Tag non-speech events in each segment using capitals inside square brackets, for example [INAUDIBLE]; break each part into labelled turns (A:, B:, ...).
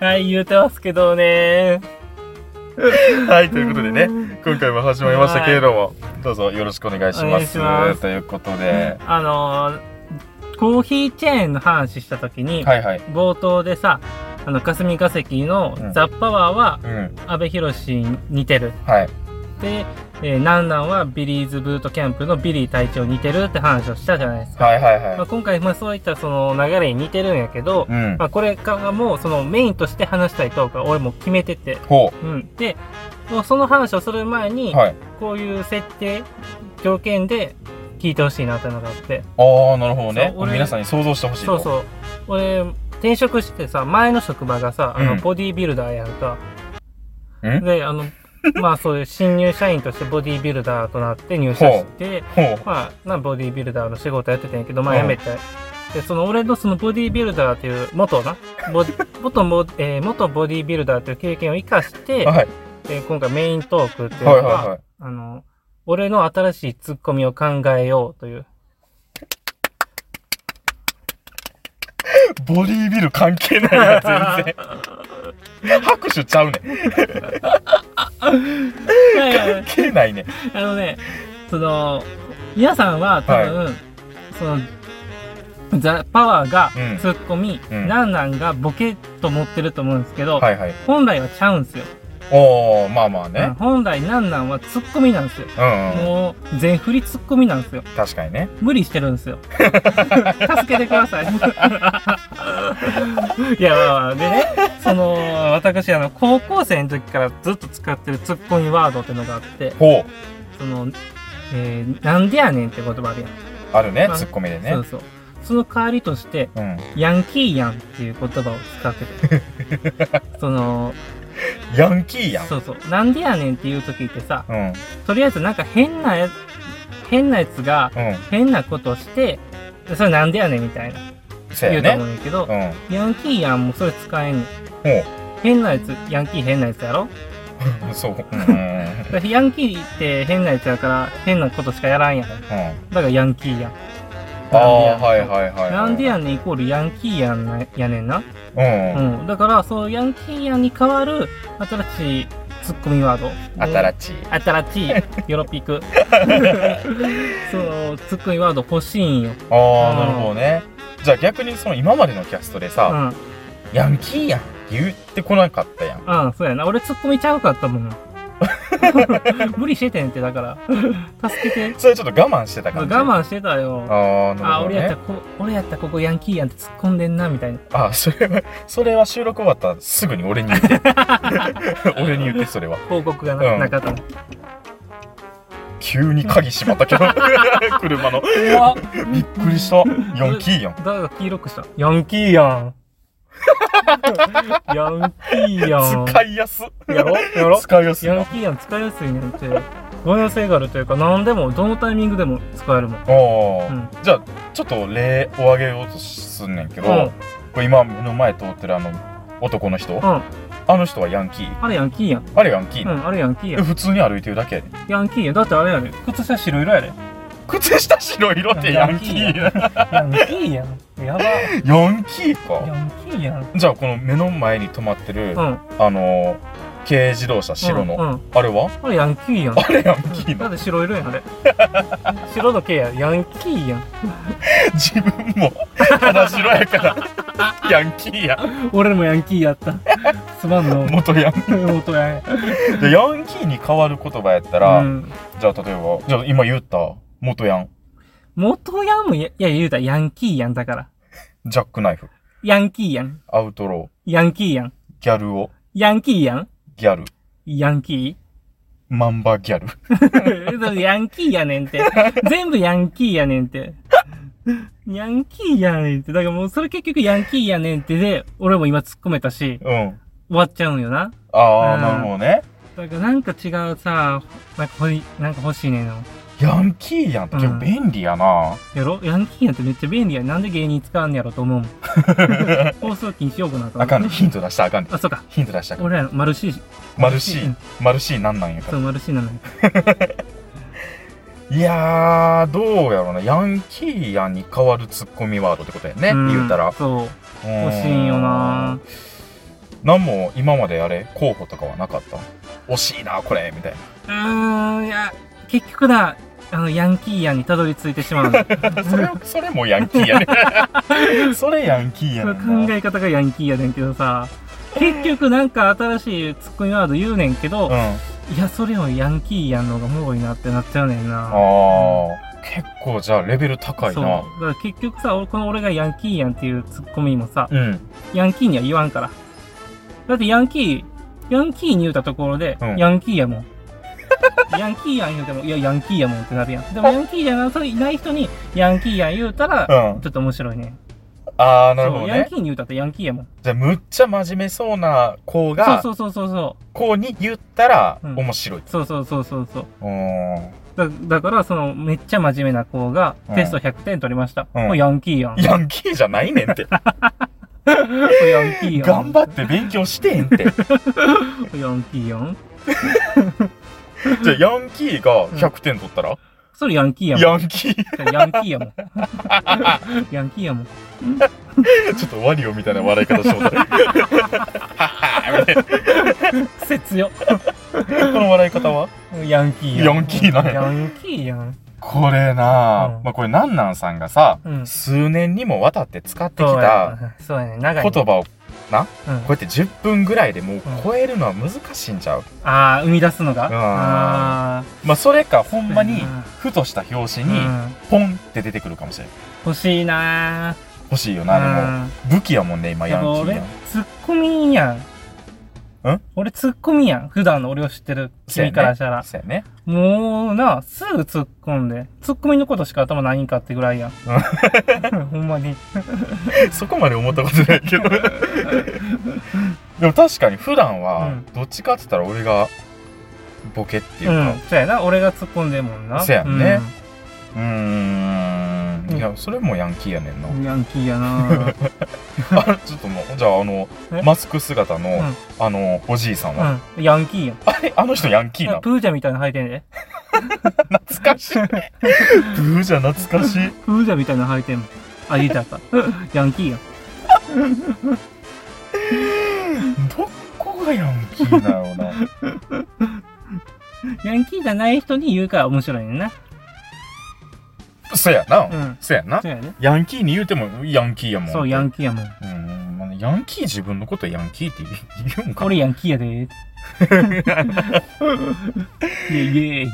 A: はい、言うてますけどね。
B: はい、ということでね、今回も始まりましたけれども、どうぞよろしくお願いし
A: お
B: ま
A: 願い
B: す。
A: します
B: ということで、
A: あのー、コーヒーチェーンの話した時に、
B: はいはい。
A: 冒頭でさ、あの、霞が関の
B: うん
A: ザ・パワーは
B: うん、
A: 安倍博に似てる。
B: はい。
A: で、えー、ナンナンはビリーズブートキャンプのビリー隊長似てるって話をしたじゃないですか。
B: はいはい
A: まあ、
B: は
A: 今回、まあ、そういったその流れに似てるんやけど、
B: い。うん
A: ま。あ、これからもそのメインとして話したいトークは俺も決めてて、
B: ほ
A: うん、でもうその話をする前に、
B: う。はい。
A: こういう設定条件で聞いてほしいなってのがあって
B: ああ、なるほどね。
A: そう俺
B: 皆さんに想像してほしい
A: そ
B: と。
A: うそう俺転職してさ前の職場がさあの、
B: うん
A: ボディービルダーやんか
B: ん
A: であの [LAUGHS] まあそういう新入社員としてボディービルダーとなって入社して
B: ほう。
A: まあなボディービルダーの仕事やってたんやけどまあ
B: うん
A: 辞めて、でその俺のそのボディービルダーという元
B: [LAUGHS]
A: なボディ元ボ,、えー元ボディービルダーという経験を生かして、
B: はい。
A: えー今回メイントークっていうの
B: は
A: は、
B: いはいはい。
A: あの、俺の新しいツッコミを考えようという。
B: ボディービル関係ないな、
A: [LAUGHS]
B: 全然。拍手ちゃうね。
A: いやいやいや
B: 関係ないね。
A: あのね、その、皆さんは多分、その、ザ・パワーが
B: うん
A: ツッコミ、
B: うん
A: なんなんがボケと思ってると思うんですけど、
B: はいはい。
A: 本来はちゃうんですよ。
B: おー、まあまあ
A: うん
B: ね。
A: 本来なんなんはツッコミなんですよ。
B: うんうん。
A: もう、全振りツッコミなんですよ。
B: 確かにね。
A: 無理してるんです
B: [LAUGHS]
A: よ。助けてください。いや、まあまあでね、その、私、あの、高校生の時からずっと使ってるツッコミワードってのがあって、
B: ほう。
A: その、えーなんでやねんって言葉あるやん。
B: あるね
A: ま、あ
B: ツッコミでね
A: そう。そう。その代わりとして、
B: うん。
A: ヤンキーやんっていう言葉を使って
B: [LAUGHS]
A: て。その、
B: ヤンキーやん。
A: そうそう。なんでやねんっていう時ってさ、
B: うん。うん。
A: とりあえずなんか変なや、変なやつが変なことをして、それなんでやねんみたいな。
B: そう
A: 言
B: や
A: うと思
B: ね。
A: うんやけど、
B: うん。
A: ヤンキーやんもそれ使えんねん
B: ほ
A: 変なやつヤンキー変なやつやろ
B: う。そう。
A: [LAUGHS]
B: うんうん。
A: だからヤンキーって変なやつやから変なことしかやらんやんだ
B: うん。
A: からヤンキーやん
B: ああー、はいはいいはい。
A: なんでやねんイコールヤンキーやんなやねんな、
B: う。
A: うんん、だからそうヤンキーやんに変わる新しいツッコミワード
B: 新しい。
A: 新しいヨロピ
B: [LAUGHS]
A: クそうツッコミワード欲しいんよ、
B: ああ、なるほどね。じゃあ逆にその今までのキャストで
A: う
B: さ、
A: ん
B: ヤンキーやんって言ってこなかったやん。
A: うん、そうやな。俺ツッコミちゃうかった
B: [LAUGHS]
A: もん。無理しててんって、だから。助けて。
B: それちょっと我慢してた
A: 我
B: 感じ。
A: 慢してたよ。
B: ああ、な
A: あ、
B: るほど
A: 俺やったら
B: ね。
A: こ、俺やったらここヤンキーやんって突っ込んでんな、みたいな。
B: あそれは、それは収録終わったらすぐに俺に
A: [LAUGHS]
B: 言って。俺に言って、それは。
A: 報告がな,、
B: うん
A: なかったの。
B: 急に鍵閉まったけど、 [LAUGHS] 車の。
A: 怖っ
B: びっくりした。ヤンキーやん。
A: 誰が黄色くしたヤンキーや [LAUGHS] ん。ヤンキーやん。
B: 使いやす。
A: やろやろ
B: 使いやすい
A: ヤ
B: な。あ
A: ンキーやん使いやすいねんって。ご用性があるというか、何でも、どのタイミングでも使えるもん。
B: あ、
A: うん
B: じゃあ、ちょっと例を挙げようとすんねんけど、
A: うん
B: これ今目の前通ってるあの男の人、
A: うん。
B: あの人はヤンキー。
A: あれヤンキーやん。
B: あれヤンキー
A: う
B: な、
A: ん、あれヤンキーや
B: え
A: ん。
B: 普通に歩いてるだけやで。
A: ヤンキーやん。だってあれやで。靴下白色やで。
B: 靴下白色ってヤンキーや。
A: ヤンキーやん。やば。ヤ
B: ヤンキーか。
A: ンキーやん。
B: じゃあこの目の前に止まってる、
A: うん。
B: あのー軽自動車白
A: う
B: の、
A: ん。うん
B: あれは
A: あれヤンキーやん。
B: あれヤンキー
A: だっ
B: な
A: て白色やん、あれ。白の毛や。ヤンキーやん。
B: 自分も [LAUGHS] 肌白やからヤンキーや
A: 俺もヤンキーやった。すまんの。
B: 元ヤン
A: 元ヤン。
B: でヤンキーに変わる言葉やったら、
A: うん。
B: じゃあ例えばじゃあ今言った元ヤン
A: 元ヤンもや、いや、言うたらヤンキーやんだから。
B: ジャックナイフ
A: ヤンキーやん。
B: アウトロ
A: ヤンキーやん。
B: ーギャルを
A: ヤンキーやん。
B: ギャル
A: ヤンキ
B: マンバギャル
A: ーだって [LAUGHS] ヤンキーやねんって。全部ヤンキーやねんって。ヤンキーやねんって。だからもうそれ結局ヤンキーやねんってで、俺も今突っ込めたし、
B: うん
A: 終わっちゃうんよな。
B: あ
A: う
B: あ
A: ん
B: なるほどね
A: だからなんか違うさ、なんかほい、なんか欲しいねんの。
B: ヤンキーやんって結構便利やな、
A: やろヤンキーやってめっちゃ便利やん。なんで芸人使うんやろと思うもん。放送禁止用語なんか
B: あかんねヒント出したらあかんね
A: あ、そうか。
B: ヒント出したらあかん
A: 俺らマルシー、
B: マルシ
A: う
B: ー
A: ん
B: マルシーなんなんやか
A: そうマルシーなのよ。
B: らいやーどうやろうなヤンキーやんに変わるツッコミワードってことやね、
A: うん
B: 言うたら
A: そう。
B: 欲
A: しいよな
B: 何も今まであれ候補とかはなかった惜しいなこれみたいな
A: うーん、いや、結局な、あの、ヤンキーやにたどり着いてし
B: [LAUGHS]
A: まうの。
B: それそれもヤンキ
A: [LAUGHS]
B: ーやねそれヤンキーや
A: そ
B: ね
A: の考
B: ん
A: え方がヤンキーやねんけどさ、結局なんか新しいツッコミワード言うねんけど、
B: な、うん、
A: いや、それもヤンキーやんの方がおもろいなってなっちゃうねんな。
B: ああ結構じゃあレベル高い
A: そう。
B: な
A: だから結局さ、俺この俺がヤンキーやんっていうツッコミもさ、
B: うん
A: ヤンキーには言わんから。だってヤンキー、ヤンキーに言うたところで、
B: うん
A: ヤンキーやもん。 [LAUGHS] ヤンキーやん言うても、いや、ヤンキーやもんってなるやん。でもヤンキーじゃなそういない人に、ヤンキーやん言うたら、
B: うん
A: ちょっと面白いね。
B: ああなるほ
A: そ
B: ど
A: うヤン
B: ね
A: キーに言うたってヤンキーやもん。
B: じゃあむっちゃ真面目そうな子が
A: そうそうそうそう
B: 子に言ったら
A: うん
B: 面白い、
A: そう。そうそうそうそうそう。
B: うん、
A: だだから、その、めっちゃ真面目な子が
B: うん、
A: テスト100点取りました。
B: うん
A: もうヤンキーやん。も
B: ヤンキーじゃないねんって
A: うヤンキーやん。
B: 頑張って勉強して
A: [LAUGHS]
B: んって
A: ヤンキーやん。
B: じゃあヤンキーが100点取ったら、
A: それヤンキーやもん。
B: ヤンキー [LAUGHS] ち
A: ヤンキーやもん。 [LAUGHS] ヤンキーやもん。
B: ょっとワリオみたいな笑い方してもらった
A: 癖強。
B: この笑い方は
A: ヤンキーやん。
B: ヤンキーなんや
A: ヤンキーやん。
B: これなあ、
A: うん
B: まあこれなんなんさんがさ、
A: うん
B: 数年にもわたって使ってき
A: そう
B: た
A: や。そうやね。長いね。
B: 言葉を
A: うん
B: こうやって10分ぐらいでもううん超えるのは難しいんちゃう、
A: ああ、生み出すのが。
B: うん
A: あ
B: まあそれかほんま
A: そう
B: に
A: やな
B: ふとした表
A: あ。
B: 紙に
A: うん
B: ポンって出てくるかもしれない
A: 欲しいな
B: 欲しいよ
A: ぁ。
B: なあ
A: うん
B: でも武器やもんね今
A: や
B: ヤ
A: っ
B: ンキ
A: ぱ
B: ー
A: 俺
B: やん、
A: ツッコミやん。
B: ん
A: 俺ツッコミやん。普段の俺を知ってる
B: そうや
A: 君
B: ね
A: からしたら。
B: そうやね
A: もうな、すぐ突っ込んで。突っ込みのことしか頭ないんかってぐらいやん。 [LAUGHS] ほんまに。
B: そこまで思ったことないけどでも確かに普段
A: う
B: は
A: ん
B: どっちかって言ったら俺がボケっていう
A: う
B: か
A: ん。そうやな。俺が突っ込んでるもんな。
B: そうやんね
A: ん
B: うーんいやそれもヤンキーやねん [LAUGHS] な、
A: ヤンキーや
B: [LAUGHS]
A: な
B: あちょっともうじゃああの
A: え
B: マスク姿の、
A: うん
B: あのおじいさんは、
A: うん。ヤンキーやん。
B: あれあの人ヤンキーな
A: プージャみたいなの履いてんで。
B: 懐かしい
A: [LAUGHS]
B: ブーじゃ懐かしい
A: プージャみたいなの履いてんもん。あ、言いたかった。 [LAUGHS] ヤンキーやん。
B: どこがヤンキーなのな
A: ヤンキーじゃない人に言うから面白いねんな。
B: [LAUGHS] そやな、
A: うん
B: そやな
A: そうやね。
B: ヤンキーに言うてもヤンキーやもん
A: そう、ヤ
B: ン
A: ンキーやもん。
B: うんまあヤンキー自分のことヤンキーって言う言うんかな
A: 俺ヤンキーやで
B: [LAUGHS]
A: イエイイエ
B: [LAUGHS]
A: イ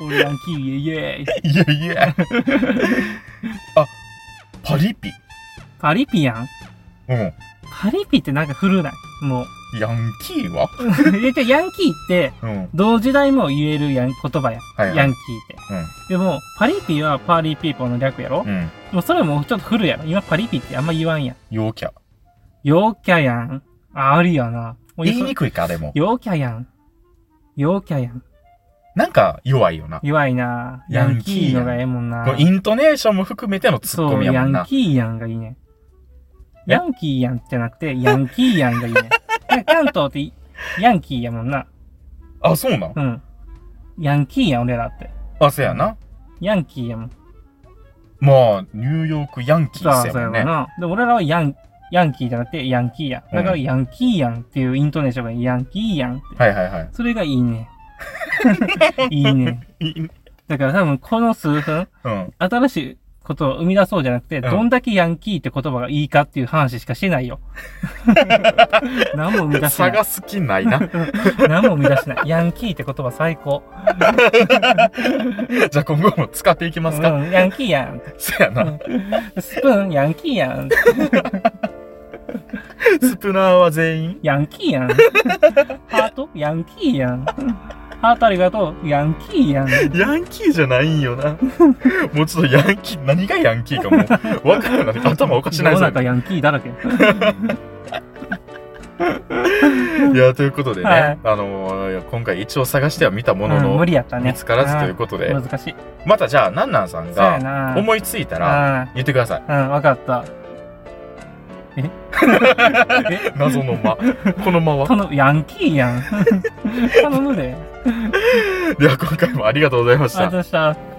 A: 俺ヤンキーイエイイエイ
B: いやいや。あ、パリピ。
A: パリピやん
B: うん。
A: パリピってなんか古ないもう。 [LAUGHS]
B: ヤンキーは
A: え、じゃヤンキーって、
B: うん。
A: 同時代も言えるやん言葉やん。
B: はいはい
A: ヤンキーって。でも、パリピはパーリーピーポーの略やろ、
B: うん。うん。
A: もうそれもちょっと古いやろ今パリピってあんま言わんやん。
B: 陽キャ。
A: 陽キャやん。あ、ありやな。もう
B: 言いにくいか、でも。
A: 陽キャやん。陽キャやん。
B: なんか弱いよな。
A: 弱いな。
B: ヤ
A: ヤ
B: ン
A: ン
B: キ
A: キー
B: ーやん
A: のがええもんな
B: こ。うイントネーションも含めてのツッコ
A: そう、
B: ミや
A: ヤ
B: もん
A: ン
B: な。
A: キーやんがいいね。
B: え
A: ヤンキーやんじゃなくて、ヤンキーやんがいい
B: [LAUGHS]
A: ね。なんか関東っていヤンキーやもんな。
B: あ、そうなん
A: うん。ヤンキーやん、俺らって。
B: あ、そうやな。
A: ヤンキーやもん。
B: まあ、ニューヨークヤンキ
A: そう
B: ーっす
A: そう
B: や
A: や
B: もんね。
A: な。で、俺らはヤン、ヤンキーじゃなくて、ヤンキーやん。だか
B: う
A: ら、
B: ん
A: ヤンキーやんっていうイントネーションがヤンキーやんって。
B: はいはいはい。
A: それがいいね。いいね。だから多分、この数分、
B: うん。
A: 新しいことを生み出そうじゃなくて、
B: ん
A: どんだけヤンキーって言葉がいいかっていう話しかしてない
B: [LAUGHS]
A: よ。何も生み出して
B: 差
A: ない。
B: が好きないな。
A: 何も生み出してない。ヤンキーって言葉最高。
B: [LAUGHS] じゃあ今後も使っていきますか。
A: うん、ヤンキーやん。
B: そうやな。
A: スプーン、ヤンキーやん。
B: スプナーは全員。
A: ヤンキーやん。ハートヤンキーやん。ハートありがとう。ヤンキーやん。
B: ヤンキーじゃないん
A: [LAUGHS]
B: よな。もうちょっとヤンキー、何がヤンキーかも
A: [LAUGHS]
B: う分からない。頭おかし
A: 世
B: ない
A: の
B: ぞ。
A: 中ヤンキーだらけ。
B: いや、ということでね、
A: はい
B: あのーいや今回一応探しては見たもの
A: うん
B: の、
A: 無理やったね。
B: 見つからずということで
A: あー難しい。
B: またじゃあ、なんなんさん
A: そうや
B: が
A: な。
B: 思いついたら
A: あ
B: 言ってください。
A: ーうん、わかった。ええ
B: 謎の間。この
A: [LAUGHS]
B: 間は。
A: 頼む、ヤンキーやん。頼むで。 [LAUGHS]
B: では、今回もありがとうございまし
A: ありが
B: た
A: とうござい。ました。